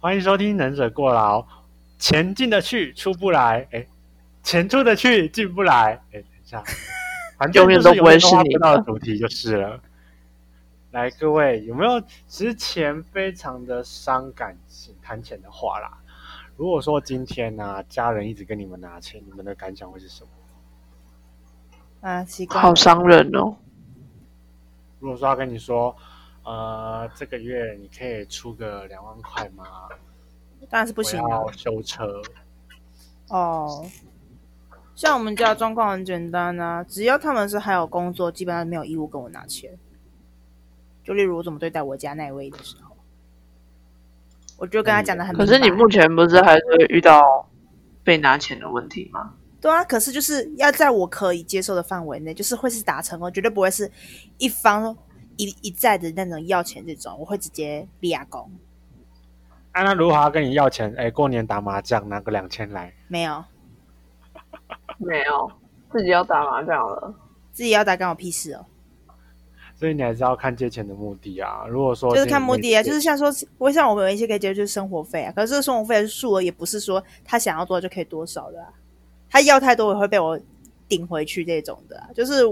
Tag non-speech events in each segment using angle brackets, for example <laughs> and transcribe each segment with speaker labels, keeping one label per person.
Speaker 1: 欢迎收听《能者过劳》，钱进得去出不来，哎，钱出得去进不来，哎，等
Speaker 2: <laughs>
Speaker 1: 一下，反正
Speaker 2: 永远
Speaker 1: 就
Speaker 2: 都
Speaker 1: 是
Speaker 2: 不会
Speaker 1: 永
Speaker 2: 是
Speaker 1: 远
Speaker 2: 你
Speaker 1: 都挖不到主题就是了。 <laughs> 来，各位有没有之前非常的伤感情谈钱的话啦？如果说今天呢、家人一直跟你们拿钱，你们的感想会是什么？
Speaker 3: 啊，习惯
Speaker 2: 好
Speaker 3: 了
Speaker 2: 伤人哦。
Speaker 1: 如果说他跟你说，呃，这个月你可以出个两万块吗？
Speaker 3: 当然是不
Speaker 1: 不
Speaker 3: 行
Speaker 1: 我
Speaker 3: 啊
Speaker 1: 要修车。
Speaker 3: 哦。像我们家的状况很简单啊，只要他们是还有工作，基本上没有义务跟我拿钱。就例如我怎么对待我家那一位的时候，我就跟他讲的很
Speaker 2: 可
Speaker 3: 明白。
Speaker 2: 是你目前不是还是会遇到被拿钱的问题吗？
Speaker 3: 对啊，可是就是要在我可以接受的范围内，就是会是达成哦，绝对不会是一方一一再的那种要钱这种，我会直接立亚工，
Speaker 1: 啊，那如果他跟你要钱，哎，过年打麻将拿个两千来，
Speaker 3: 没有
Speaker 2: 没有，自己要打麻将了。
Speaker 3: 自己要打干我屁事哦，
Speaker 1: 所以你还是要看借钱的目的啊。如果说
Speaker 3: 就是看目的啊，
Speaker 1: 今天
Speaker 3: 就是像说，我像我们有一些可以节就是生活费啊，可是这个生活费的数额也不是说他想要多少就可以多少的啊，他要太多也会被我顶回去这种的、啊，就是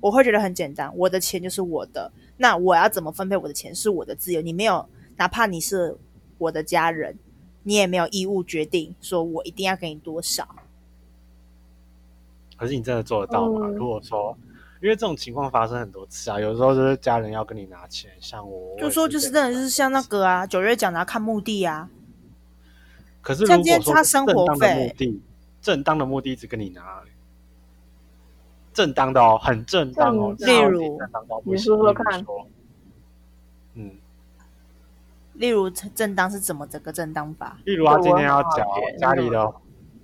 Speaker 3: 我会觉得很简单，我的钱就是我的，那我要怎么分配我的钱是我的自由，你没有，哪怕你是我的家人，你也没有义务决定说我一定要给你多少。
Speaker 1: 可是你真的做得到吗？
Speaker 2: 嗯
Speaker 1: 如果说，因为这种情况发生很多次啊，有时候就是家人要跟你拿钱，像我
Speaker 3: 就说就是真的就是，像那个啊，九月讲的要看目的啊，
Speaker 1: 我也是这样子可是如果
Speaker 3: 像今天
Speaker 1: 说
Speaker 3: 他
Speaker 1: 是
Speaker 3: 生活
Speaker 1: 正当的
Speaker 3: 费
Speaker 1: 目的，正当的目的一直跟你拿，正当的哦，很正当哦，
Speaker 2: 正
Speaker 3: 例如
Speaker 1: 正当到不
Speaker 2: 你
Speaker 1: 行
Speaker 2: 说说
Speaker 1: 例如
Speaker 2: 看
Speaker 1: 说嗯，
Speaker 3: 例如正当是怎么整个正当法？
Speaker 1: 例如他今天要
Speaker 2: 对
Speaker 1: 缴
Speaker 2: 我很好奇
Speaker 1: 家里的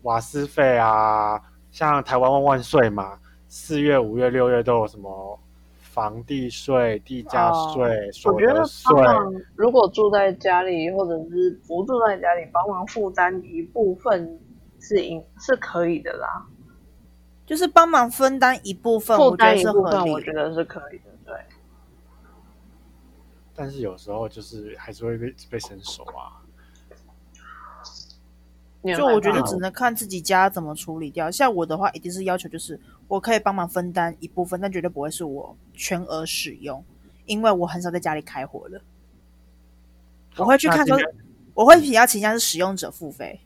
Speaker 1: 瓦斯费啊，像台湾万万岁嘛，四月、五月、六月都有什么房地税、地价
Speaker 3: 哦
Speaker 1: 税、所
Speaker 2: 我觉
Speaker 1: 得
Speaker 2: 得
Speaker 1: 税
Speaker 2: 帮，忙，如果住在家里或者是不住在家里，帮忙负担一部分是应是可以的啦，
Speaker 3: 就是帮忙分担一部分，
Speaker 2: 负
Speaker 3: 我觉
Speaker 2: 担
Speaker 3: 得
Speaker 2: 一
Speaker 3: 是
Speaker 2: 部
Speaker 3: 合
Speaker 2: 分我
Speaker 3: 理
Speaker 2: 觉
Speaker 3: 的。
Speaker 2: 得是可以的，对。
Speaker 1: 但是有时候就是还是会被被伸手啊。
Speaker 2: 你有
Speaker 3: 就我觉
Speaker 2: 买
Speaker 3: 得
Speaker 2: 房
Speaker 3: 只能看自己家怎么处理掉。像我的话，一定是要求就是我可以帮忙分担一部分，但绝对不会是我全额使用，因为我很少在家里开火了。我会去看说
Speaker 1: 那今，
Speaker 3: 我会比较倾向是使用者付费。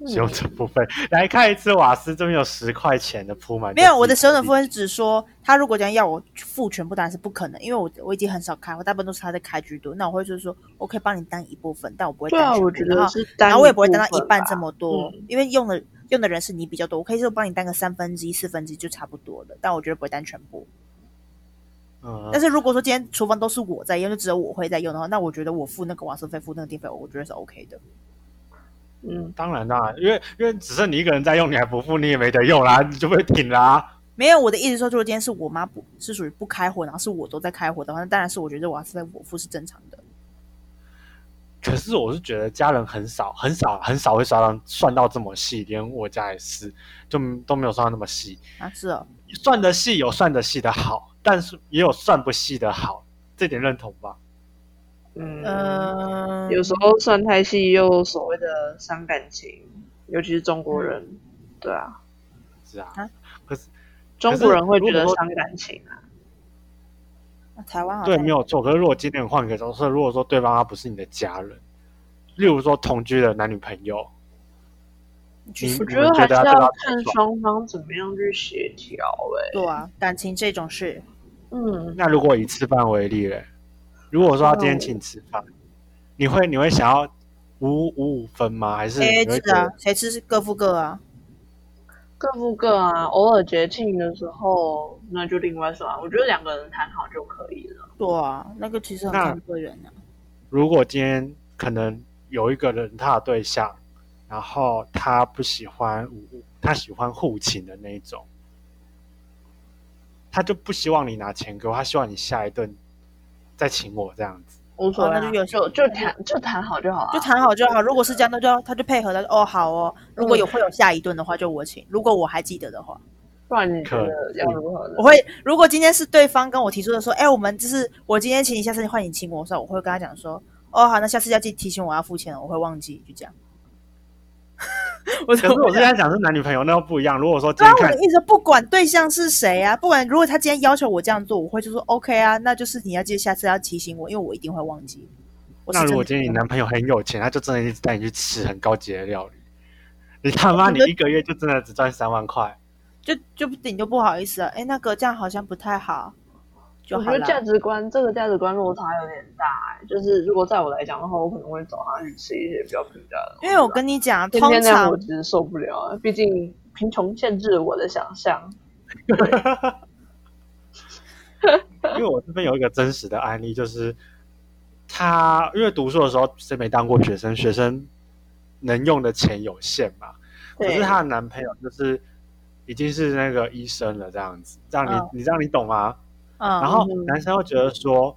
Speaker 1: 天使用者付费、来看一次瓦斯，这边有十块钱的铺满。
Speaker 3: 没有，我的使用者付
Speaker 1: 费
Speaker 3: 费是指说，他如果讲要我付全部，当然是不可能，因为我我已经很少开，我大部分都是他在开居多。那我会就是说我可以帮你担一部分，但我不会
Speaker 2: 对
Speaker 3: 担
Speaker 2: 啊，
Speaker 3: 全部。
Speaker 2: 我觉
Speaker 3: 然后
Speaker 2: 得是单，
Speaker 3: 然后我也不会担到一半这。么多，
Speaker 2: 嗯
Speaker 3: 因为用的用的人是你比较多，我可以就帮你担个三分之一、四分之一就差不多了，但我绝对不会担全部。
Speaker 1: 嗯，
Speaker 3: 但是如果说今天厨房都是我在用，就只有我会在用的话，那我觉得我付那个瓦斯费、付那个电费，我觉得是 OK 的。
Speaker 2: 嗯，
Speaker 1: 当然啦、因为因为只剩你一个人在用，你还不付，你也没得用啦，你就被挺啦。
Speaker 3: 没有我的意思说，如果今天是我妈不是属于不开火，然后是我都在开火的话，那当然是我觉得瓦斯费我付是正常的。
Speaker 1: 可是我是觉得家人很少很少很少会算到算到这么细，连我家也是，就都没有算到那么细。
Speaker 3: 啊，是哦，
Speaker 1: 算的细有算的细的好，但是也有算不细的好，这点认同吧？
Speaker 2: 嗯，
Speaker 3: 嗯，
Speaker 2: 有时候算太细又所谓的伤感情，尤其是中国
Speaker 3: 嗯
Speaker 2: 人，对啊，
Speaker 1: 是啊，
Speaker 3: 啊
Speaker 1: 可是
Speaker 2: 中国人会觉得
Speaker 1: 如果说
Speaker 2: 伤感情啊，
Speaker 3: 那台湾好像
Speaker 1: 对没有错。可是如果今天换一个角色，如果说对方他不是你的家人，例如说同居的男女朋友，
Speaker 3: 你去
Speaker 1: 你
Speaker 3: 死
Speaker 2: 我觉
Speaker 1: 我
Speaker 2: 得
Speaker 1: 觉
Speaker 2: 还
Speaker 1: 得
Speaker 2: 是
Speaker 1: 要对他
Speaker 2: 要
Speaker 1: 尊
Speaker 2: 看
Speaker 1: 重
Speaker 2: 双方怎么样去协调、欸，
Speaker 3: 对啊，感情这种事，
Speaker 2: 嗯，
Speaker 1: 那如果以吃饭为例嘞，如果说他今天请你吃饭，你会你会想要五五五分吗？还是
Speaker 3: 谁
Speaker 1: 你会
Speaker 3: 吃
Speaker 1: 觉得
Speaker 3: 啊？谁吃是各付各啊。
Speaker 2: 各付各啊。偶尔节庆的时候，那就另外算啊。我觉得两个人谈好就可以了。
Speaker 3: 对啊，那个其实很
Speaker 1: 那
Speaker 3: 看个人啊。
Speaker 1: 如果今天可能有一个人他的对象，然后他不喜欢五五，他喜欢互请的那一种，他就不希望你拿钱给我，他希望你下一顿再请我这样子。
Speaker 2: 无所谓啊、
Speaker 3: 哦那就有
Speaker 2: 就就谈就谈好就好啊。
Speaker 3: 就谈好就好。如果是这样，那就要他就配合他说哦好哦。如
Speaker 1: 嗯
Speaker 3: 果有会有下一顿的话，就我请。如果我还记得的话，
Speaker 2: 不然你觉得要如何呢
Speaker 3: 我？会。如果今天是对方跟我提出的说，哎，我们就是我今天请你，下次换你请我的时候，我会跟他讲说，哦，好，那下次要记提醒我要付钱哦，我会忘记，就这样。 <laughs>
Speaker 1: <laughs> 可
Speaker 3: 我
Speaker 1: 是
Speaker 3: 怎么
Speaker 1: 我
Speaker 3: 会
Speaker 1: 现在讲是男女朋友，那又不一样。如果说今
Speaker 3: 对啊
Speaker 1: 天，
Speaker 3: 我
Speaker 1: 看
Speaker 3: 的意思，不管对象是谁啊，不管如果他今天要求我这样做，我会就说 OK 啊，那就是你要记得下次要提醒我，因为我一定会忘记。我是
Speaker 1: 那如果今
Speaker 3: 真的
Speaker 1: 天你男朋友很有钱，他就真的一直带你去吃很高级的料理，你他妈
Speaker 3: 我
Speaker 1: 你
Speaker 3: 觉得
Speaker 1: 一个月就真的只赚三万块，
Speaker 3: 就就顶就不好意思了，哎，那个这样好像不太好，就
Speaker 2: 我
Speaker 3: 好
Speaker 2: 觉得价
Speaker 3: 了。
Speaker 2: 值观这个价值观落差有点大、欸，就是如果在我来讲的话，我可能会找他去吃一些比较平价的东西啊。
Speaker 3: 因为我跟你讲，
Speaker 2: 天
Speaker 3: 通
Speaker 2: 天那样，
Speaker 3: 常
Speaker 2: 我其实受不了、啊，毕竟贫穷限制了我的想象。
Speaker 1: 因为我这边有一个真实的案例，就是他因为读书的时候是没当过学生，学生能用的钱有限嘛，可
Speaker 2: 对
Speaker 1: 是，她的男朋友就是已经是那个医生了，这样子，让你、
Speaker 3: 嗯
Speaker 1: 你让你懂吗？
Speaker 3: 嗯，
Speaker 1: 然后
Speaker 2: 嗯
Speaker 1: 男生又觉得说，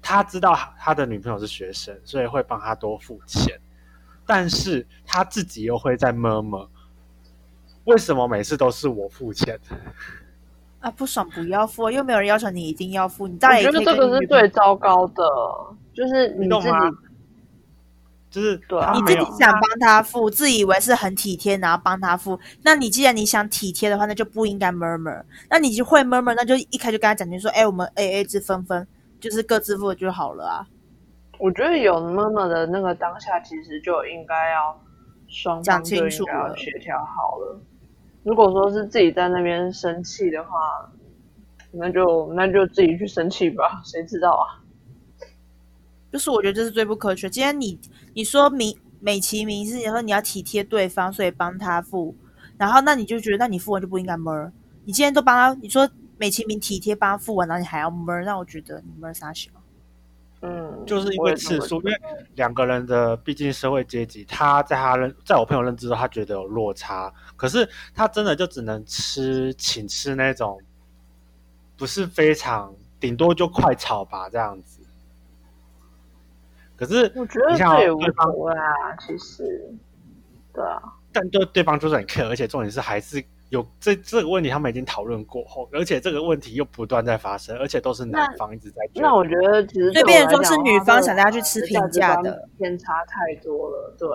Speaker 1: 他知道他的女朋友是学生，所以会帮他多付钱，但是他自己又会在摸摸，为什么每次都是我付钱？
Speaker 3: 啊不爽不要付，又没有人要求你一定要付，你当
Speaker 2: 我
Speaker 3: 然
Speaker 2: 觉
Speaker 3: 也可
Speaker 2: 得
Speaker 3: 以
Speaker 2: 这
Speaker 3: 跟
Speaker 2: 个
Speaker 3: 你
Speaker 2: 是
Speaker 3: 女朋友
Speaker 2: 最糟糕的，就是你
Speaker 1: 你懂
Speaker 2: 自己
Speaker 1: 吗就是
Speaker 2: 对啊
Speaker 1: 他
Speaker 3: 你
Speaker 1: 没
Speaker 3: 自
Speaker 1: 有
Speaker 3: 己想帮他付，自以为是很体贴，然后帮他付。那你既然你想体贴的话，那就不应该 murmur。那你就会 murmur，那就一开始就跟他讲，你就说，哎、我们 A A 制分分，就是各自付就好了啊。
Speaker 2: 我觉得有妈妈的那个当下，其实就应该要双方
Speaker 3: 讲
Speaker 2: 就
Speaker 3: 清
Speaker 2: 应
Speaker 3: 楚
Speaker 2: 该要
Speaker 3: 了
Speaker 2: 协调好了。如果说是自己在那边生气的话，那就那就自己去生气吧，谁知道啊？
Speaker 3: 就是我觉得这是最不科学。今天你你说明美其名是你说你要体贴对方，所以帮他付，然后那你就觉得那你付完就不应该 mur。你今天都帮他，你说美其名体贴帮他付完，然后你还要 mur，那我觉得你 mur 啥小？
Speaker 2: 嗯，
Speaker 1: 就是因
Speaker 2: 我
Speaker 1: 为
Speaker 2: 也这
Speaker 1: 次
Speaker 2: 么
Speaker 1: 数，因
Speaker 2: 觉
Speaker 1: 为两个人的毕竟社会阶级，他在他认，在我朋友认知中，他觉得有落差，可是他真的就只能吃，请吃那种不是非常，顶多就快炒吧这样子。可是
Speaker 2: 得我觉得
Speaker 1: 你像哦
Speaker 2: 这也无
Speaker 1: 对方
Speaker 2: 所谓啊，其实，对啊，
Speaker 1: 但对对方就是很 care，而且重点是还是有这这个问题，他们已经讨论过后，而且这个问题又不断在发生，而且都是男
Speaker 2: 那
Speaker 1: 方一直在觉得
Speaker 2: 那我觉得其实
Speaker 3: 所
Speaker 2: 对
Speaker 3: 以
Speaker 2: 我
Speaker 3: 变成
Speaker 2: 来
Speaker 3: 说是
Speaker 2: 讲的
Speaker 3: 女
Speaker 2: 话
Speaker 3: 方
Speaker 2: 这
Speaker 3: 想
Speaker 2: 个
Speaker 3: 带他去吃平
Speaker 2: 价值
Speaker 3: 价
Speaker 2: 观
Speaker 3: 的
Speaker 2: 偏差太多了，对。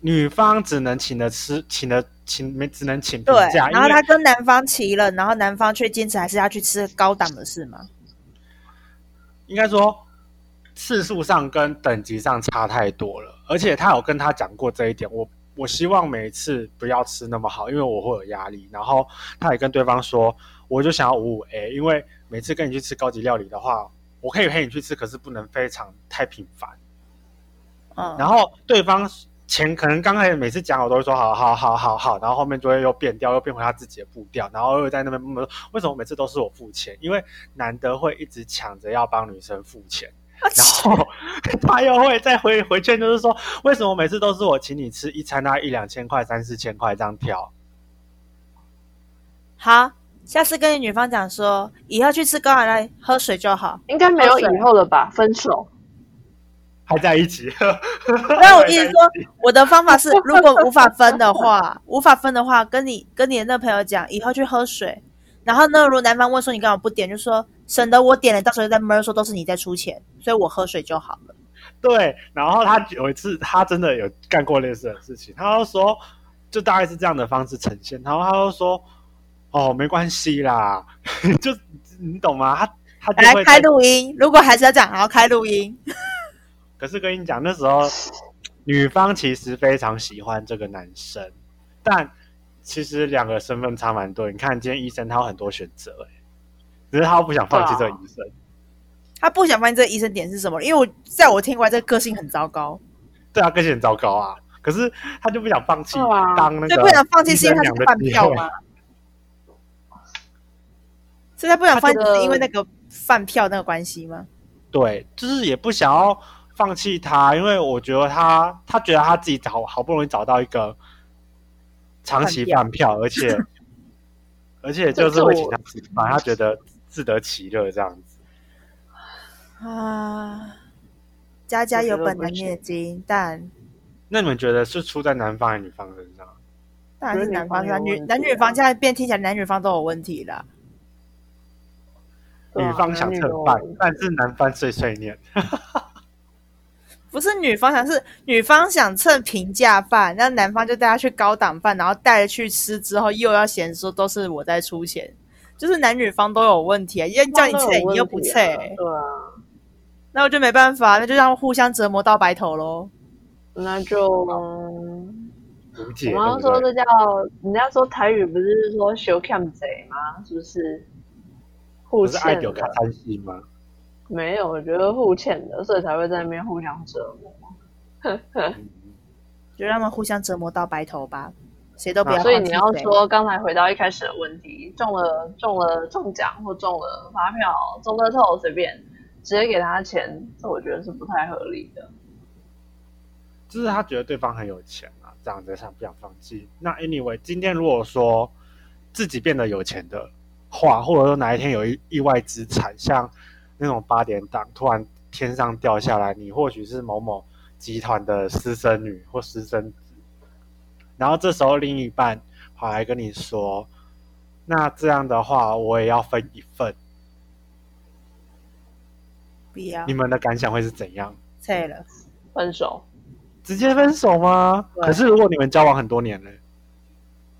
Speaker 1: 女方只能请的吃，请的请没只能请
Speaker 3: 对
Speaker 1: 平价，，
Speaker 3: 然后
Speaker 1: 因为
Speaker 3: 他跟男方齐了，然后男方却坚持还是要去吃高档的是吗？
Speaker 1: 应该说次数上跟等级上差太多了，而且他有跟他讲过这一点。我我希望每一次不要吃那么好，因为我会有压力。然后他也跟对方说，我就想要五五 A，因为每次跟你去吃高级料理的话，我可以陪你去吃，可是不能非常太频繁。
Speaker 3: 嗯，
Speaker 1: 然后对方前可能刚开始每次讲我都会说好好好好好，然后后面就会又变调，又变回他自己的步调，然后又在那边说为什么每次都是我付钱？因为男的会一直抢着要帮女生付钱。
Speaker 3: 啊
Speaker 1: 然后 <laughs> 他又会再回回劝，就是说，为什么每次都是我请你吃一餐，他一两千块、三四千块这样挑？
Speaker 3: 好，下次跟你女方讲说，以后去吃高档来喝水就好。
Speaker 2: 应该没有
Speaker 1: 哦
Speaker 3: 喝水
Speaker 2: 以后了吧？分手，
Speaker 1: 还在一起？ <laughs>
Speaker 3: 那我意思说，我的方法是，如果无法分的话，无法分的话，跟你跟你的那朋友讲，以后去喝水。然后呢，如果男方问说你干嘛不点，就说省得我点了，到时候再闷说都是你在出钱，所以我喝水就好了。
Speaker 1: 对，然后他有一次，他真的有干过类似的事情，他就说，就大概是这样的方式呈现，然后他就说，哦，没关系啦， <laughs> 就你懂吗？他他就
Speaker 3: 来
Speaker 1: 会
Speaker 3: 开
Speaker 2: 啊
Speaker 1: 在
Speaker 3: 录音，如果还是要讲，然后开录音。
Speaker 1: 可是跟你讲，那时候女方其实非常喜欢这个男生，但其实两个身份差蛮多。你看，今天医生他有很多选择、欸，只是他不想放弃
Speaker 2: 啊
Speaker 1: 这个医生。
Speaker 3: 他不想发现这个医生点是什么，因为我在我听过来，这个个性很糟糕。
Speaker 1: 对啊，个性很糟糕啊。可是他就不想放弃
Speaker 2: 对啊
Speaker 1: 当那
Speaker 3: 所以
Speaker 1: 个，
Speaker 3: 不想放弃是因为他是饭票
Speaker 1: 嘛
Speaker 3: 嘛？？所以他不想放弃
Speaker 2: 他觉得
Speaker 3: 是因为那个饭票那个关系吗？
Speaker 1: 对，就是也不想要放弃他，因为我觉得他，他觉得他自己找好不容易找到一个长期饭票，而 <laughs> 且而且就是会请他吃饭，他觉得自得其乐这样子。
Speaker 3: 啊，家家有本难念的经，但
Speaker 1: 那你们觉得是出在男方还是女方身上？
Speaker 3: 当然是男方
Speaker 2: 觉得
Speaker 3: 男
Speaker 2: 女方有
Speaker 3: 女
Speaker 2: 问题啊
Speaker 3: 男女方现在变听起来男女方都有问题了。
Speaker 2: 对啊
Speaker 1: 女方想蹭
Speaker 2: 啊男女都
Speaker 1: 饭，但是男方碎碎念。
Speaker 3: 不是女方想，是女方想蹭平价饭，那男方就带她去高档饭，然后带着去吃之后，又要嫌说都是我在出钱，就是男女方都有问题啊！要叫你
Speaker 2: 那有
Speaker 3: 撤，
Speaker 2: 问
Speaker 3: 你又不
Speaker 2: 题啊
Speaker 3: 撤，
Speaker 2: 对啊，
Speaker 3: 那我就没办法，那就让互相折磨到白头喽。
Speaker 2: 那就。嗯
Speaker 1: 无解，
Speaker 2: 我妈
Speaker 1: 对不
Speaker 2: 说
Speaker 1: 对？
Speaker 2: 这叫，人家说台语不是说修 cam 贼吗？是不是？互
Speaker 1: 不是爱
Speaker 2: 欠
Speaker 1: 丢卡
Speaker 2: 的，
Speaker 1: 三西吗？
Speaker 2: 没有，我觉得互欠的，所以才会在那边互相折磨。
Speaker 3: 就让他们互相折磨到白头吧，谁都不要
Speaker 1: 啊
Speaker 2: 所
Speaker 3: 放弃
Speaker 2: 以
Speaker 3: 谁。
Speaker 2: 你要说，刚才回到一开始的问题，中了中了中奖或中了发票、中乐透随便，直接给他钱，这我觉得是不太合理的。
Speaker 1: 就是他觉得对方很有钱啊，这样子想不想放弃？那 anyway，今天如果说自己变得有钱的话，或者说哪一天有意意外资产，像那种八点档突然天上掉下来，你或许是某某集团的私生女或私生子，然后这时候另一半跑来跟你说，那这样的话我也要分一份，
Speaker 3: 不要
Speaker 1: 你们的感想会是怎样？
Speaker 3: 撤了，
Speaker 2: 分手，
Speaker 1: 直接分手吗？
Speaker 3: 对
Speaker 1: 可是如果你们交往很多年了。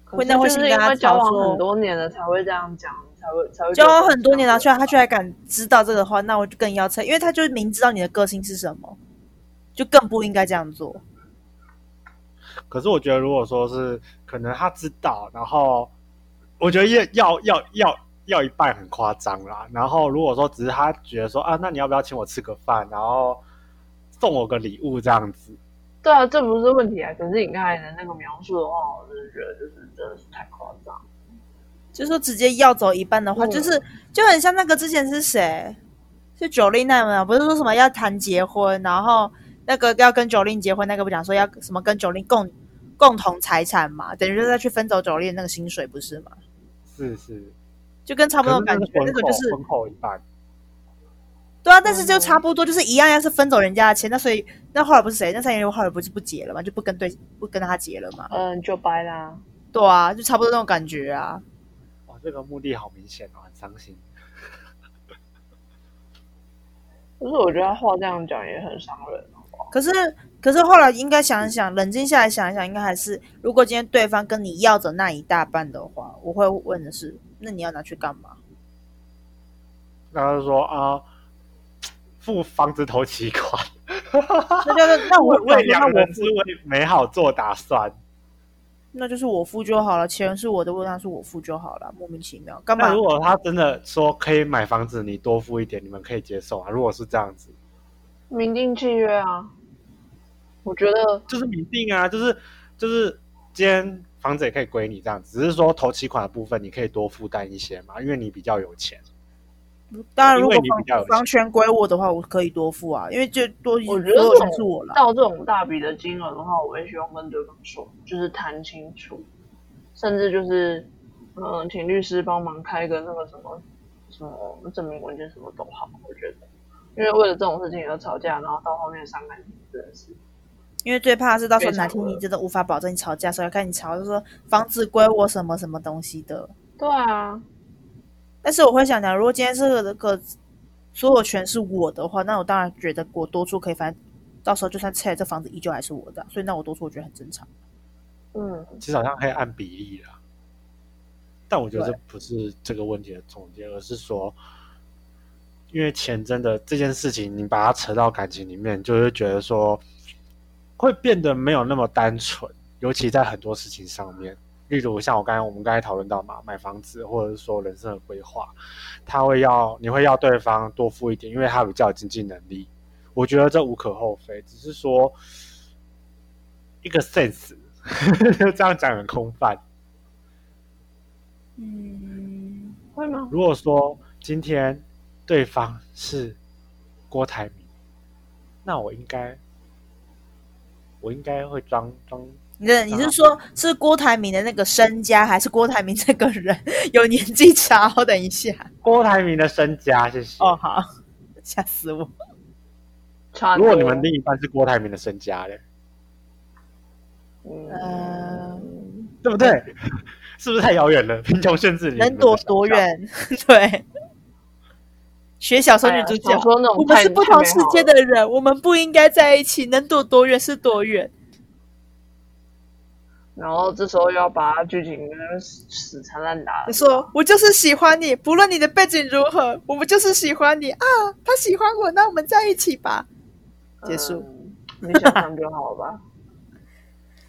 Speaker 2: 可是
Speaker 3: 那会
Speaker 2: 就是是
Speaker 3: 跟
Speaker 2: 因
Speaker 3: 他
Speaker 2: 为交
Speaker 3: 吵说
Speaker 2: 往很多年了才会这样讲，才会才会
Speaker 3: 交
Speaker 2: 觉
Speaker 3: 往
Speaker 2: 得
Speaker 3: 很多年，
Speaker 2: 这
Speaker 3: 然
Speaker 2: 样
Speaker 3: 后居然他居然敢知道这个的话，那我就更要撤，因为他就是明知道你的个性是什么，就更不应该这样做。
Speaker 1: 可是我觉得，如果说是可能他知道，然后我觉得要要要要要一半很夸张啦。然后如果说只是他觉得说啊，那你要不要请我吃个饭，然后送我个礼物这样子，
Speaker 2: 对啊，这不是问题啊。可是你刚才的那个描述的话，我就是觉得就是真的是太夸张。
Speaker 3: 就是说直接要走一半的话，
Speaker 2: 嗯
Speaker 3: 就是就很像那个之前是谁，是九令那们啊，不是说什么要谈结婚，然后那个要跟九令结婚，那个不讲说要什么跟九令共共同财产嘛，等于就是在去分走九令那个薪水不是吗？
Speaker 1: 是是，
Speaker 3: 就跟差
Speaker 1: 差
Speaker 3: 不多的感觉，那
Speaker 1: 婚
Speaker 3: 个
Speaker 1: 后、
Speaker 3: 就是
Speaker 1: 婚后一半，
Speaker 3: 对啊，但是就
Speaker 2: 嗯
Speaker 3: 差不多就是一样，要是分走人家的钱，那所以那后来不是谁，那三年后来不是不结了嘛，就不跟对不跟他结了嘛，
Speaker 2: 嗯，就掰啦。
Speaker 3: 对啊，就差不多那种感觉啊。
Speaker 1: 哦，这个目的好明显哦，很伤心。
Speaker 2: 可是我觉得他话这样讲也很伤人哦。
Speaker 3: 可是，可是后来应该想一想，冷静下来想一想，应该还是，如果今天对方跟你要的那一大半的话，我会问的是，那你要拿去干嘛？
Speaker 1: 然后就说啊，付房子头期款，
Speaker 3: 那就是那 <laughs> 我
Speaker 1: 为
Speaker 3: 我
Speaker 1: 两
Speaker 3: 那
Speaker 1: 人
Speaker 3: 我
Speaker 1: 之为美好做打算。
Speaker 3: 那就是我付就好了，钱是我的，那是我付就好了，莫名其妙干嘛
Speaker 1: 那？如果他真的说可以买房子，你多付一点，你们可以接受啊？如果是这样子。
Speaker 2: 明定契约啊，我觉得
Speaker 1: 就是明定啊，就是就是今天房子也可以归你这样，只是说头期款的部分你可以多负担一些嘛，因为你比较有钱。
Speaker 3: 当然，如
Speaker 1: 因为
Speaker 3: 果
Speaker 1: 你比较有钱
Speaker 3: 房房权归我的话，我可以多付啊，因为就多
Speaker 2: 我觉得
Speaker 3: 所有
Speaker 2: 这
Speaker 3: 钱是我了。
Speaker 2: 到这种大笔的金额的话，我也希望跟对方说，就是谈清楚，甚至就是嗯，请律师帮忙开个那个什么什么证明文件什么都好，我觉得。因为为了这种事情而吵架，然后到后面伤感情真的是
Speaker 3: 因为最怕的是到时候
Speaker 2: 非
Speaker 3: 哪
Speaker 2: 常
Speaker 3: 天
Speaker 2: 的
Speaker 3: 你真的无法保证你吵架，所以看你吵就说房子归我什么什么东西的。
Speaker 2: 对啊，
Speaker 3: 但是我会想讲，如果今天这个个所有权是我的话，那我当然觉得我多出可以，反正到时候就算拆了，这房子依旧还是我的啊，所以那我多出我觉得很正常。
Speaker 2: 嗯，
Speaker 1: 其实好像可以按比例啦，但我觉得这不是这个问题的重点，而是说，因为钱真的这件事情，你把它扯到感情里面，就会觉得说会变得没有那么单纯，尤其在很多事情上面。例如像我刚才我们刚才讨论到嘛，买房子或者是说人生的规划，他会要你会要对方多付一点，因为他比较有经济能力。我觉得这无可厚非，只是说一个 sense，这样讲很空泛。
Speaker 3: 嗯，
Speaker 2: 会吗？
Speaker 1: 如果说今天对方是郭台铭，那我应该我应该会装装
Speaker 3: 你的你是说是郭台铭的那个身家，还是郭台铭这个人有年纪差？ <laughs> 我等一下
Speaker 1: 郭台铭的身家，谢谢。
Speaker 3: 哦，好， <laughs> 吓死我！
Speaker 2: 差很
Speaker 1: 如
Speaker 2: 多
Speaker 1: 果你们另一半是郭台铭的身家嘞，
Speaker 2: 哎
Speaker 3: 呃
Speaker 2: 嗯，
Speaker 1: 对 <laughs> 不对？是不是太遥远了？贫穷限制你们的
Speaker 3: <laughs> 能躲多
Speaker 1: 想象？
Speaker 3: 远？对，学小说女主角，
Speaker 2: 哎小说那种
Speaker 3: 我们是
Speaker 2: 太
Speaker 3: 不同世界的人，我们不应该在一起，能躲多远是多远。
Speaker 2: 然后这时候又要把剧情跟那死死缠烂打。
Speaker 3: 你说我就是喜欢你，不论你的背景如何，我们就是喜欢你啊！他喜欢我，那我们在一起吧。结束。
Speaker 2: 嗯，你想想就好了吧。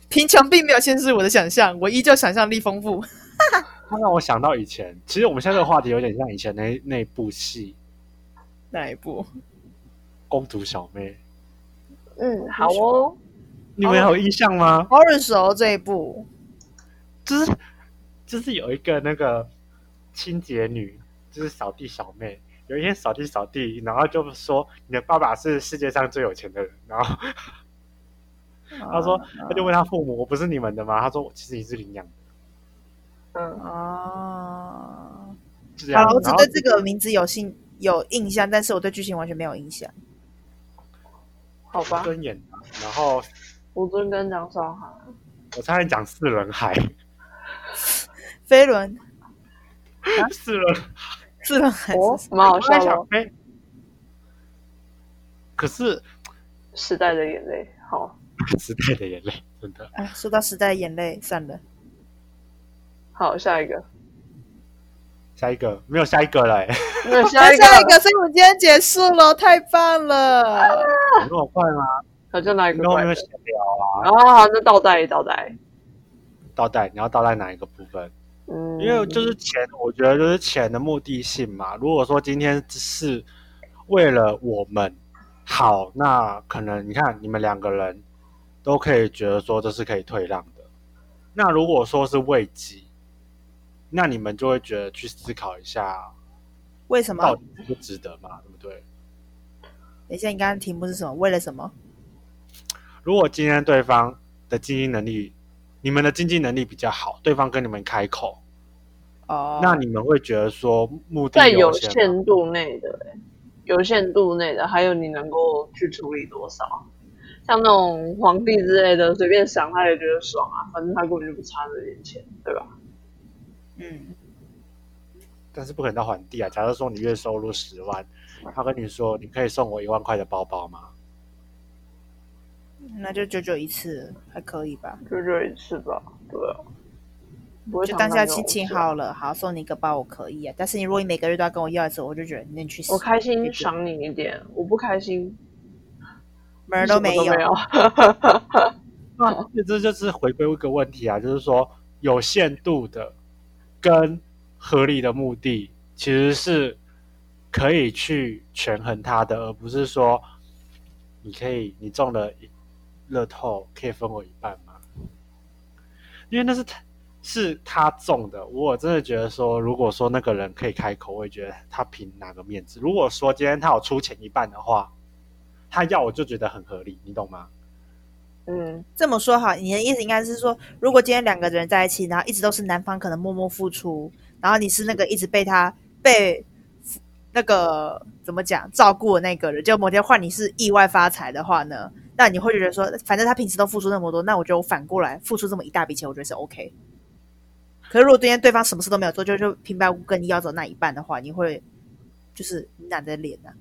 Speaker 3: 贫穷并没有限制我的想象，我依旧想象力丰富。 <laughs>
Speaker 1: 他让我想到以前，其实我们现在这个话题有点像以前那那部戏
Speaker 3: 哪一部？
Speaker 1: 《公主小妹》，
Speaker 2: 嗯，好哦。
Speaker 1: 你们有印象吗？
Speaker 3: 好耳熟这一部，
Speaker 1: 就是 <laughs> 就是有一个那个清洁女，就是扫地小妹。有一天扫地扫地，然后就说你的爸爸是世界上最有钱的人，然后他
Speaker 3: 他
Speaker 1: 说
Speaker 2: 啊
Speaker 1: 他就问他父母：“我不是你们的吗？”他说：“我其实你是领养的。
Speaker 2: 嗯，
Speaker 3: 啊，”
Speaker 1: 就这
Speaker 3: 好
Speaker 1: 样
Speaker 3: 了，我只
Speaker 1: 然后
Speaker 3: 对这个名字有兴有印象，但是我对剧情完全没有印象。
Speaker 2: 好吧。
Speaker 1: 尊演的，然后
Speaker 2: 吴尊跟张韶涵，
Speaker 1: 我差点讲四人海，
Speaker 3: 飞轮
Speaker 1: 四人
Speaker 3: 是吗？还是
Speaker 2: 哦，蛮啊好
Speaker 1: 我在
Speaker 2: 笑的
Speaker 1: 想
Speaker 2: 哦。
Speaker 1: 哎，可是
Speaker 2: 时代的眼泪，好，
Speaker 1: 时代的眼泪，真的
Speaker 3: 哎，说到时代的眼泪，算了。
Speaker 2: 好，下一个，
Speaker 1: 下一个没有下一个了、
Speaker 2: <laughs>
Speaker 1: 哎
Speaker 2: 那
Speaker 3: 那
Speaker 2: 下一个，
Speaker 3: 下一个，所以我们今天结束了，太棒了！
Speaker 1: 有那么快吗？
Speaker 2: 好像哪
Speaker 1: 啊
Speaker 2: 一
Speaker 1: 你
Speaker 2: 个
Speaker 1: 跟我
Speaker 2: 怪
Speaker 1: 没有
Speaker 2: 的？
Speaker 1: 闲聊啊？
Speaker 2: 然后好，那倒带倒带，
Speaker 1: 倒带，你要倒带哪一个部分？
Speaker 2: 嗯，
Speaker 1: 因为就是钱，我觉得就是钱的目的性嘛。如果说今天是为了我们好，那可能你看你们两个人都可以觉得说这是可以退让的。那如果说是为己，那你们就会觉得去思考一下，
Speaker 3: 为什
Speaker 1: 到
Speaker 3: 么？
Speaker 1: 底值不值得嘛，对不对？
Speaker 3: 等一下，你刚刚题目是什么？为了什么？
Speaker 1: 如果今天对方的经济能力，你们的经济能力比较好，对方跟你们开口，
Speaker 3: 哦，
Speaker 1: 那你们会觉得说目
Speaker 2: 在
Speaker 1: 的
Speaker 2: 有
Speaker 1: 先吗
Speaker 2: 限度内的、欸，有限度内的，还有你能够去处理多少，像那种皇帝之类的，随便赏他也觉得爽啊，反正他根本就不差这点钱，对吧？
Speaker 3: 嗯，
Speaker 1: 但是不可能到还地啊。假如说你月收入十万，他跟你说你可以送我一万块的包包吗？
Speaker 3: 那就九九一次，还可以吧？
Speaker 2: 就这一次吧，对啊，不会
Speaker 3: 就
Speaker 2: 常
Speaker 3: 当
Speaker 2: 常
Speaker 3: 下
Speaker 2: 这
Speaker 3: 心
Speaker 2: 种
Speaker 3: 情
Speaker 2: 事啊
Speaker 3: 好了，好送你一个包，我可以啊。但是你如果你每个月都要跟我要一次，我就觉得你去死
Speaker 2: 我，开心赏你一点，我不开心
Speaker 3: 门儿都没
Speaker 2: 没
Speaker 3: 有。
Speaker 2: 有。
Speaker 1: 那这就是回归一个问题啊，就是说有限度的跟合理的目的其实是可以去权衡它的，而不是说你可以你中了一乐透可以分我一半吗？因为那是他是他中的，我真的觉得说，如果说那个人可以开口，我也觉得他凭哪个面子？如果说今天他有出钱一半的话，他要我就觉得很合理，你懂吗？
Speaker 2: 嗯，
Speaker 3: 这么说好，你的意思应该是说，如果今天两个人在一起，然后一直都是男方可能默默付出，然后你是那个一直被他被那个怎么讲照顾的那个人，就某天换你是意外发财的话呢，那你会觉得说，反正他平时都付出那么多，那我觉得我反过来付出这么一大笔钱，我觉得是 OK。可是如果今天对方什么事都没有做，就就平白无故跟你要走那一半的话，你会就是你懒得脸啊，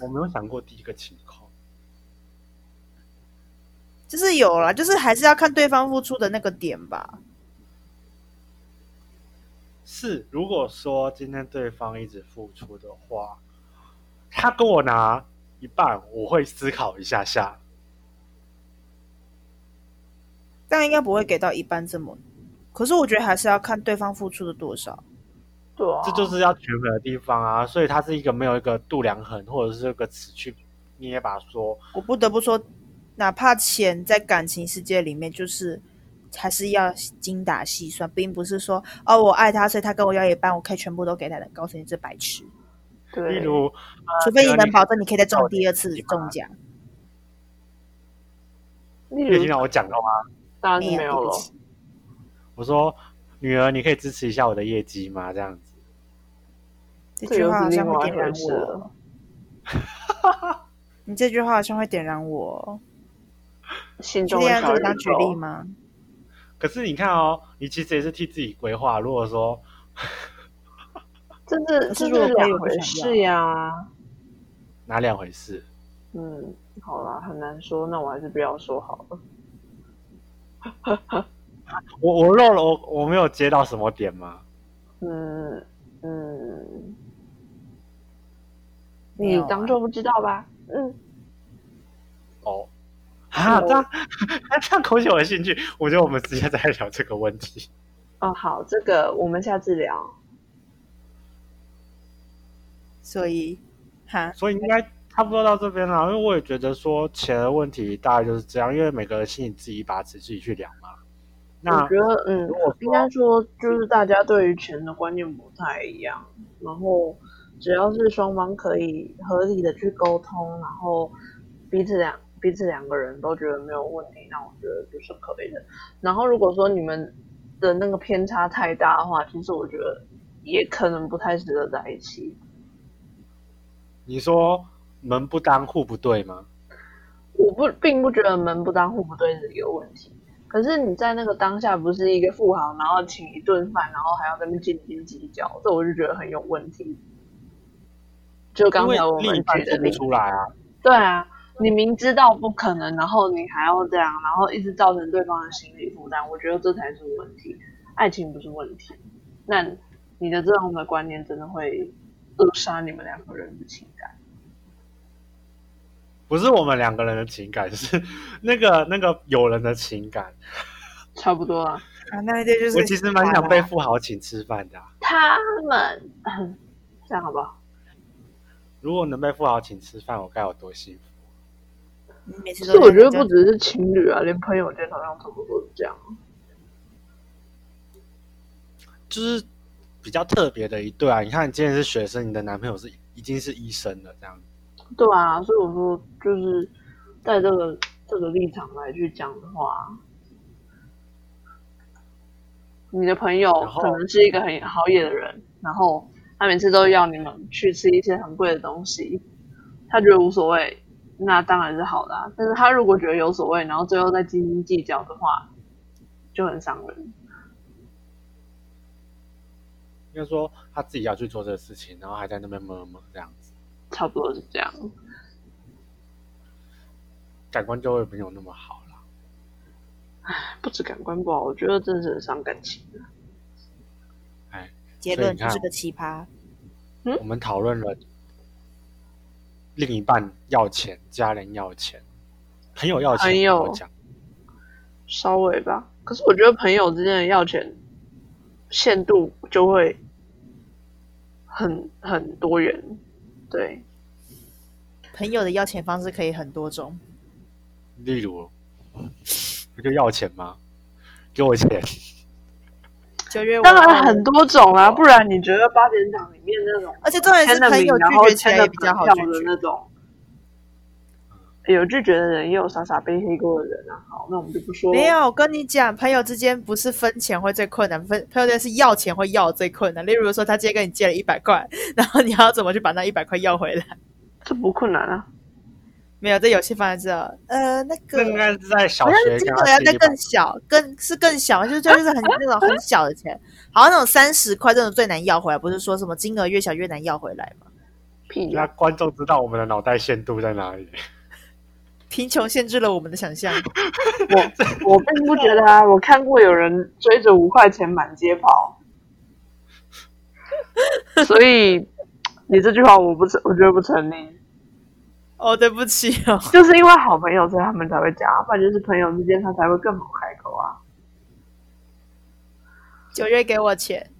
Speaker 1: 我没有想过第一个情况，
Speaker 3: 就是有啦，就是还是要看对方付出的那个点吧。
Speaker 1: 是如果说今天对方一直付出的话，他跟我拿一半，我会思考一下下。
Speaker 3: 但应该不会给到一半这么。可是我觉得还是要看对方付出的多少。
Speaker 2: 对啊，
Speaker 1: 这就是要权衡的地方啊，所以它是一个没有一个度量衡，或者是一个词去捏把说，
Speaker 3: 我不得不说，哪怕钱在感情世界里面，就是还是要精打细算，并不是说哦，我爱他，所以他跟我要一半，我可以全部都给他的。告诉你，这白痴！
Speaker 1: 例
Speaker 2: 对，
Speaker 1: 如，
Speaker 3: 除非
Speaker 1: 对
Speaker 3: 你
Speaker 1: 啊
Speaker 3: 能
Speaker 1: 你
Speaker 3: 保证你可以再中第二次中奖，
Speaker 1: 你
Speaker 2: 例
Speaker 1: 已经
Speaker 2: 如
Speaker 1: 让我讲到吗？
Speaker 2: 当然
Speaker 3: 没
Speaker 2: 是没有
Speaker 3: 对
Speaker 2: 了
Speaker 3: 不，起
Speaker 1: 我说女儿，你可以支持一下我的业绩吗？这样子，
Speaker 3: 这
Speaker 2: 这
Speaker 3: 句
Speaker 2: 又是
Speaker 3: 话好
Speaker 2: 另
Speaker 3: 像会
Speaker 2: 外一
Speaker 3: 点燃
Speaker 2: 回事
Speaker 3: 我。
Speaker 2: 了。
Speaker 3: 你这句话好像会点燃我。
Speaker 2: 心
Speaker 3: 确
Speaker 2: 中
Speaker 3: 定
Speaker 2: 的
Speaker 3: 要
Speaker 2: 小
Speaker 3: 这
Speaker 2: 宇
Speaker 3: 当举例
Speaker 2: 宙，
Speaker 3: 吗？
Speaker 1: 可是你看哦，你其实也是替自己规划。如果说
Speaker 2: 这是
Speaker 3: 可
Speaker 2: 这
Speaker 3: 是
Speaker 2: 是
Speaker 3: 如果可以
Speaker 2: 两
Speaker 3: 我不
Speaker 2: 回
Speaker 3: 想要
Speaker 2: 事呀、
Speaker 1: 哪两回事？
Speaker 2: 嗯，好啦，很难说，那我还是不要说好了。
Speaker 1: 我我漏了，我我没有接到什么点吗？
Speaker 2: 嗯嗯，
Speaker 3: 没
Speaker 2: 你
Speaker 3: 有啊
Speaker 2: 当做不知道吧。嗯，
Speaker 1: 哦，啊，
Speaker 2: 我
Speaker 1: 这样这样口起我的兴趣，我觉得我们直接再聊这个问题。
Speaker 2: 哦，好，这个我们下次聊。
Speaker 3: 所以
Speaker 1: <laughs>
Speaker 3: 哈，
Speaker 1: 所以应该差不多到这边了，因为我也觉得说钱的问题大概就是这样，因为每个人心里自己一把尺，自己去量嘛。
Speaker 2: 我
Speaker 1: 那
Speaker 2: 觉得，嗯
Speaker 1: 如果说，
Speaker 2: 应该说就是大家对于钱的观念不太一样，然后只要是双方可以合理的去沟通，然后彼此两彼此两个人都觉得没有问题，那我觉得就是可以的。然后如果说你们的那个偏差太大的话，其实我觉得也可能不太适合在一起。
Speaker 1: 你说门不当户不对吗？
Speaker 2: 我不并不觉得门不当户不对是一个问题，可是你在那个当下不是一个富豪，然后请一顿饭，然后还要在那边斤斤计较，这我就觉得很有问题。就刚
Speaker 1: 因为
Speaker 2: 才我
Speaker 1: 另一
Speaker 2: 们
Speaker 1: 半
Speaker 2: 举的
Speaker 1: 做不
Speaker 2: 例子，
Speaker 1: 出来啊。
Speaker 2: 对啊，你明知道不可能，然后你还要这样，然后一直造成对方的心理负担，我觉得这才是问题，爱情不是问题。那你的这样的观念真的会扼杀你们两个人的情感。
Speaker 1: 不是我们两个人的情感，是那个那个友人的情感。
Speaker 2: 差不多了，
Speaker 3: 啊，那这就是
Speaker 1: 我其实蛮
Speaker 2: 啊
Speaker 1: 想被富豪请吃饭的啊、
Speaker 2: 他们 <coughs> 这样好不好？
Speaker 1: 如果能被富豪请吃饭，我该有多幸福？
Speaker 3: 你每次
Speaker 2: 其
Speaker 3: 都
Speaker 2: 实我
Speaker 3: 在
Speaker 2: 觉得
Speaker 3: 讲
Speaker 2: 不只是情侣啊，连朋友间好像差不多是这样。
Speaker 1: 就是比较特别的一对啊！你看，你今天是学生，你的男朋友是已经是医生了，这样
Speaker 2: 对啊，所以我说就是在这个这个立场来去讲的话，你的朋友
Speaker 1: 然后
Speaker 2: 可能是一个很好野的人，然后他每次都要你们去吃一些很贵的东西，他觉得无所谓，那当然是好的、啊。但是他如果觉得有所谓，然后最后再斤斤计较的话，就很伤人。
Speaker 1: 应该说他自己要去做这个事情，然后还在那边摸摸这样子，
Speaker 2: 差不多是这样。
Speaker 1: 感官就会没有那么好了。
Speaker 2: 不止感官不好，我觉得真的是很伤感情。
Speaker 3: 结
Speaker 1: 所以
Speaker 3: 论
Speaker 1: 你
Speaker 3: 就
Speaker 1: 看
Speaker 3: 是个奇葩，
Speaker 2: 嗯
Speaker 1: 我们讨论了另一半要钱，家人要钱，朋友要钱，
Speaker 3: 哎
Speaker 2: 朋友
Speaker 1: 我讲
Speaker 2: 稍微吧。可是我觉得朋友之间的要钱限度就会很很多元，对，
Speaker 3: 朋友的要钱方式可以很多种，
Speaker 1: 例如，不就要钱吗？给我钱， <laughs>
Speaker 3: 九月
Speaker 2: 当然很，多种啦、不然你觉得八点档里面那种
Speaker 3: 而且重点
Speaker 2: 签
Speaker 3: 是
Speaker 2: 了
Speaker 3: 朋
Speaker 2: 名
Speaker 3: 友
Speaker 2: 然
Speaker 3: 拒
Speaker 2: 后
Speaker 3: 绝起来
Speaker 2: 签了
Speaker 3: 也比较好
Speaker 2: 门
Speaker 3: 拒
Speaker 2: 票的
Speaker 3: 绝。
Speaker 2: 那种，有拒绝的人，也有傻傻背黑锅的人啊。好，那我们就不说
Speaker 3: 没有，我跟你讲，朋友之间不是分钱会最困难，分朋友之间是要钱会要最困难。例如说，他今天跟你借了一百块，然后你要怎么去把那一百块要回来？
Speaker 2: 这不困难啊。
Speaker 3: 没有，这有些方案是呃那
Speaker 1: 这
Speaker 3: 个，
Speaker 1: 应该是在小
Speaker 3: 好
Speaker 1: 学跟
Speaker 3: 像金
Speaker 1: 他
Speaker 3: 额要
Speaker 1: 借
Speaker 3: 再
Speaker 1: 一百
Speaker 3: 更小，更是更小，就是就是很那种很小的钱，好像那种三十块这种最难要回来，不是说什么金额越小越难要回来吗？
Speaker 2: 屁
Speaker 1: 那
Speaker 2: 呀、
Speaker 1: 观众知道我们的脑袋限度在哪里？
Speaker 3: 贫穷限制了我们的想象，
Speaker 2: 我我并不觉得啊，我看过有人追着五块钱满街跑，所以你这句话我不成，我觉得不成立，
Speaker 3: 哦，对不起哦，
Speaker 2: 就是因为好朋友所以他们才会讲啊，不然就是朋友之间他才会更好开口啊。
Speaker 3: <laughs> 九月给我钱，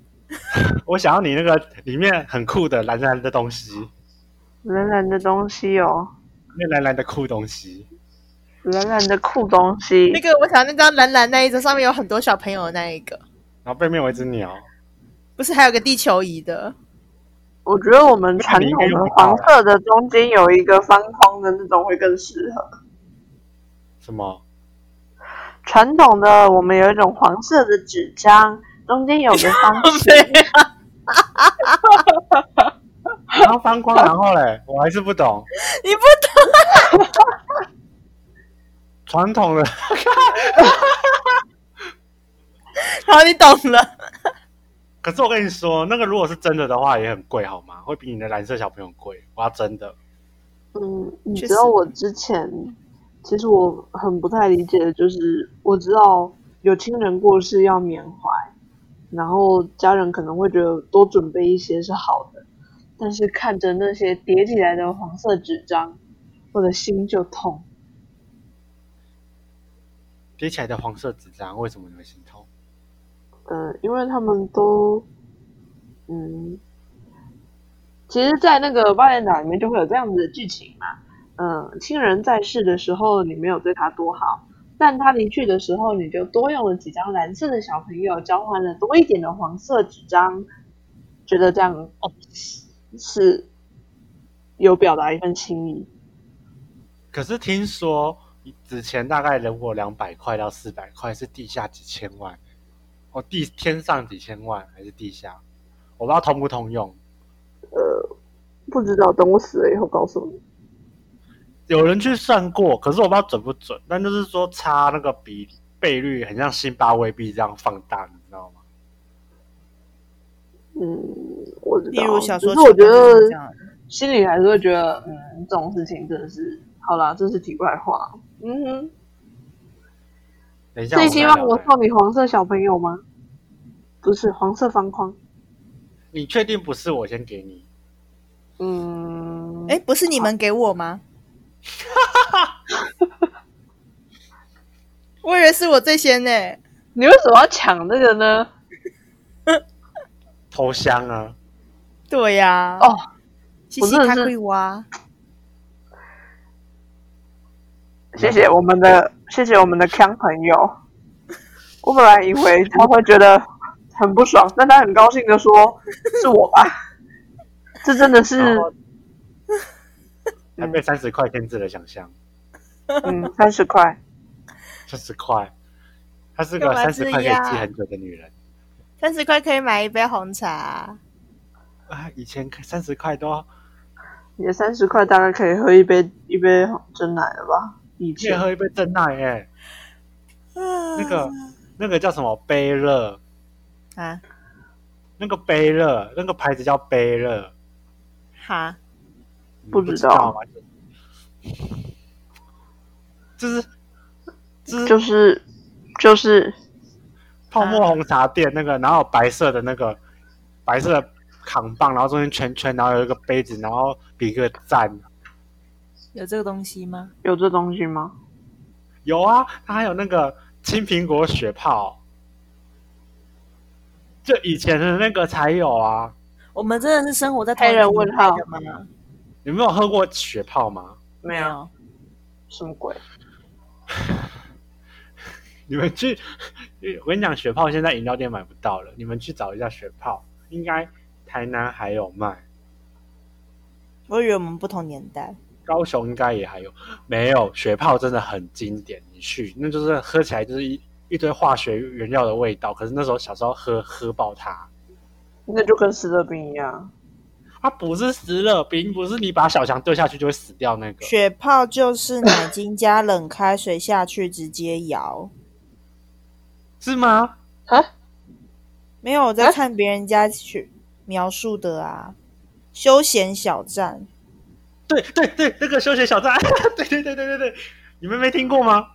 Speaker 1: 我想要你那个里面很酷的蓝蓝的东
Speaker 3: 嗯
Speaker 1: 西，
Speaker 2: 冷冷的东西哦，
Speaker 1: 那蓝蓝的酷东西，
Speaker 2: 冷冷的酷东西
Speaker 3: 那，个我想那张蓝蓝那一张上面有很多小朋友的那一个，
Speaker 1: 然后背面有一只鸟，
Speaker 3: 不是还有个地球仪的， <laughs>
Speaker 2: 我觉得我们传统的黄色的中间有一个方框的那种会更适合。
Speaker 1: 什
Speaker 3: <laughs>
Speaker 1: 么？
Speaker 2: 传统的我们有一种黄色的纸张，中间有个方形。
Speaker 1: 然后方框，然后嘞，我还是不懂
Speaker 3: <laughs> 你不
Speaker 1: 传统的，
Speaker 3: 懂，好，你懂了，
Speaker 1: 可是我跟你说，那个如果是真的的话，也很贵，好吗？会比你的蓝色小朋友贵。我要真的，
Speaker 2: 嗯，你
Speaker 3: 确
Speaker 2: 知道
Speaker 3: 实
Speaker 2: 我之前其实我很不太理解的就是，我知道有亲人过世要缅怀，然后家人可能会觉得多准备一些是好的，但是看着那些叠起来的黄色纸张，我的心就痛。
Speaker 1: 叠起来的黄色纸张，为什么你会心痛？
Speaker 2: 嗯，因为他们都，嗯，其实，在那个八点档里面就会有这样子的剧情嘛。嗯，亲人在世的时候，你没有对他多好，但他离去的时候，你就多用了几张蓝色的小朋友，交换了多一点的黄色纸张，觉得这样哦是有表达一份心意。
Speaker 1: 可是听说纸钱大概如果两百块到四百块是地下几千万，哦，地天上几千万还是地下？我不知道通不通用。
Speaker 2: 不知道，等我死了以后告诉你。
Speaker 1: 有人去算过，可是我不知道准不准。但就是说差那个比倍率很像辛巴威币这样放大，你知道吗？
Speaker 2: 嗯，我知道。
Speaker 3: 例如小
Speaker 2: 只
Speaker 3: 说
Speaker 2: 是我
Speaker 3: 情
Speaker 2: 觉
Speaker 3: 况就
Speaker 2: 得
Speaker 3: 是这样
Speaker 2: 心里还是会觉得，嗯，这种事情真的是，好啦，这是题外话。嗯哼，
Speaker 1: 等一下，
Speaker 2: 这一
Speaker 1: 期
Speaker 2: 期让我送你黄色小朋友吗？不是黄色方框。
Speaker 1: 哎你确定不是我先给你？
Speaker 2: 嗯，
Speaker 3: 哎，不是你们给我 <laughs> 吗？我以为是我最先呢、
Speaker 2: 你为什么要抢这个呢？
Speaker 1: 投降啊！
Speaker 3: 对呀、
Speaker 2: 哦，
Speaker 3: 嘻
Speaker 2: 我
Speaker 3: 嘻
Speaker 2: 真的
Speaker 3: 卡
Speaker 2: 是
Speaker 3: 库哇，
Speaker 2: 谢谢我们的，谢谢我们的康朋友。我本来以为他会觉得很不爽，但他很高兴的说：“是我吧？” <laughs> 这真的是
Speaker 1: 然，后还
Speaker 3: 嗯
Speaker 1: 被三十块限制了想象，
Speaker 2: 嗯，三十块。
Speaker 1: 三十块，她是个
Speaker 3: 干嘛
Speaker 1: 三十
Speaker 3: 这样
Speaker 1: 块可以记很久的女人。
Speaker 3: 三十块可以买一杯红茶。
Speaker 1: 啊，以前三十块都
Speaker 2: 你的三十块大概可以喝一杯一杯真奶了吧？以
Speaker 1: 可以
Speaker 2: 前
Speaker 1: 喝一杯真奶哎、
Speaker 3: 那
Speaker 1: 那个那个叫什么杯乐，
Speaker 3: 啊，
Speaker 1: 那个杯乐，那个牌子叫杯乐，
Speaker 3: 哈，
Speaker 1: 你
Speaker 2: 不
Speaker 1: 知
Speaker 2: 知道
Speaker 1: 吗？就是
Speaker 2: 嗯
Speaker 1: 就是
Speaker 2: 就是就是
Speaker 1: 泡沫红茶店那个，然后有白色的那个白色的扛棒，然后中间圈圈，然后有一个杯子，然后比一个赞。
Speaker 3: 有这个东西吗？
Speaker 2: 有这东西吗？
Speaker 1: 有啊，它还有那个青苹果雪泡，就以前的那个才有啊。
Speaker 3: 我们真的是生活在
Speaker 2: 黑人问号
Speaker 3: 同一个年代的吗？
Speaker 1: 你没有喝过雪泡吗？
Speaker 2: 没有，什么鬼？
Speaker 1: 你们去，我跟你讲，雪泡现在饮料店买不到了，你们去找一下雪泡，应该台南还有卖，
Speaker 3: 我以为我们不同年代。
Speaker 1: 高雄应该也还有。没有雪泡真的很经典，你去那就是喝起来就是一一堆化学原料的味道，可是那时候小时候喝喝爆它，
Speaker 2: 那就跟斯乐冰一样。
Speaker 1: 它不是湿热冰，不是你把小强丢下去就会死掉那个。
Speaker 3: 雪泡就是奶精加冷开水下去直接摇。
Speaker 1: 是吗？
Speaker 3: 没有，我
Speaker 1: 啊
Speaker 3: 在看别人家去描述的啊。休闲小站，
Speaker 1: 对对对，那个休闲小站， <laughs> 对对对对对对，你们没听过吗？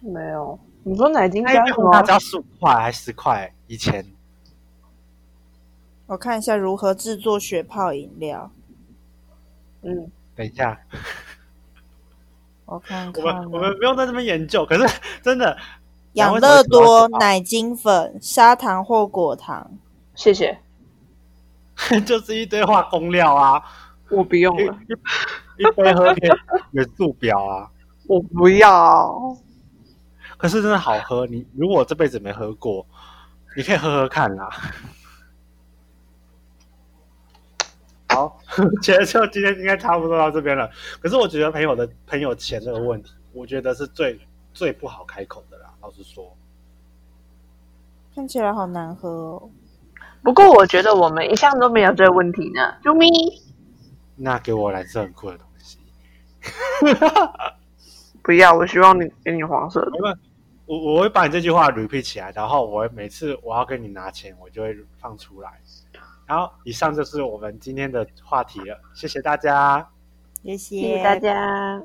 Speaker 2: 没有，你说奶精
Speaker 1: 那一
Speaker 2: 加
Speaker 1: 杯
Speaker 2: 什
Speaker 1: 红茶
Speaker 2: 么
Speaker 1: 只？要十五块还是十块？以前
Speaker 3: 我看一下如何制作雪泡饮料。
Speaker 2: 嗯，
Speaker 1: 等一下，
Speaker 3: 我看
Speaker 1: 我
Speaker 3: 看
Speaker 1: 们
Speaker 3: 啊，
Speaker 1: 我们不用在这边研究，可是 <laughs> 真的
Speaker 3: 养
Speaker 1: 两位
Speaker 3: 乐多
Speaker 1: 同学
Speaker 3: 奶精粉、砂糖或果糖。
Speaker 2: 谢谢，
Speaker 1: 就是一堆化工料啊，
Speaker 2: 我不用
Speaker 1: 一
Speaker 2: 了，
Speaker 1: 一一杯喝可以元素表啊，
Speaker 2: 我不要。
Speaker 1: 可是真的好喝。你如果这辈子没喝过，你可以喝喝看啊啦。 <laughs> 好， <laughs> 觉得就今天应该差不多到这边了。可是我觉得朋友的朋友钱这个问题，我觉得是最最不好开口的啦。老实说，
Speaker 3: 看起来好难喝哦。
Speaker 2: 不过我觉得我们一向都没有这个问题呢。啾咪，
Speaker 1: 那给我蓝色很酷的东西。
Speaker 2: 不要，我希望你给你黄色的。
Speaker 1: 没关我我会把你这句话 repeat 起来，然后我会每次我要跟你拿钱，我就会放出来。然后以上就是我们今天的话题了，谢谢大家。
Speaker 3: 谢谢
Speaker 2: 谢谢大家。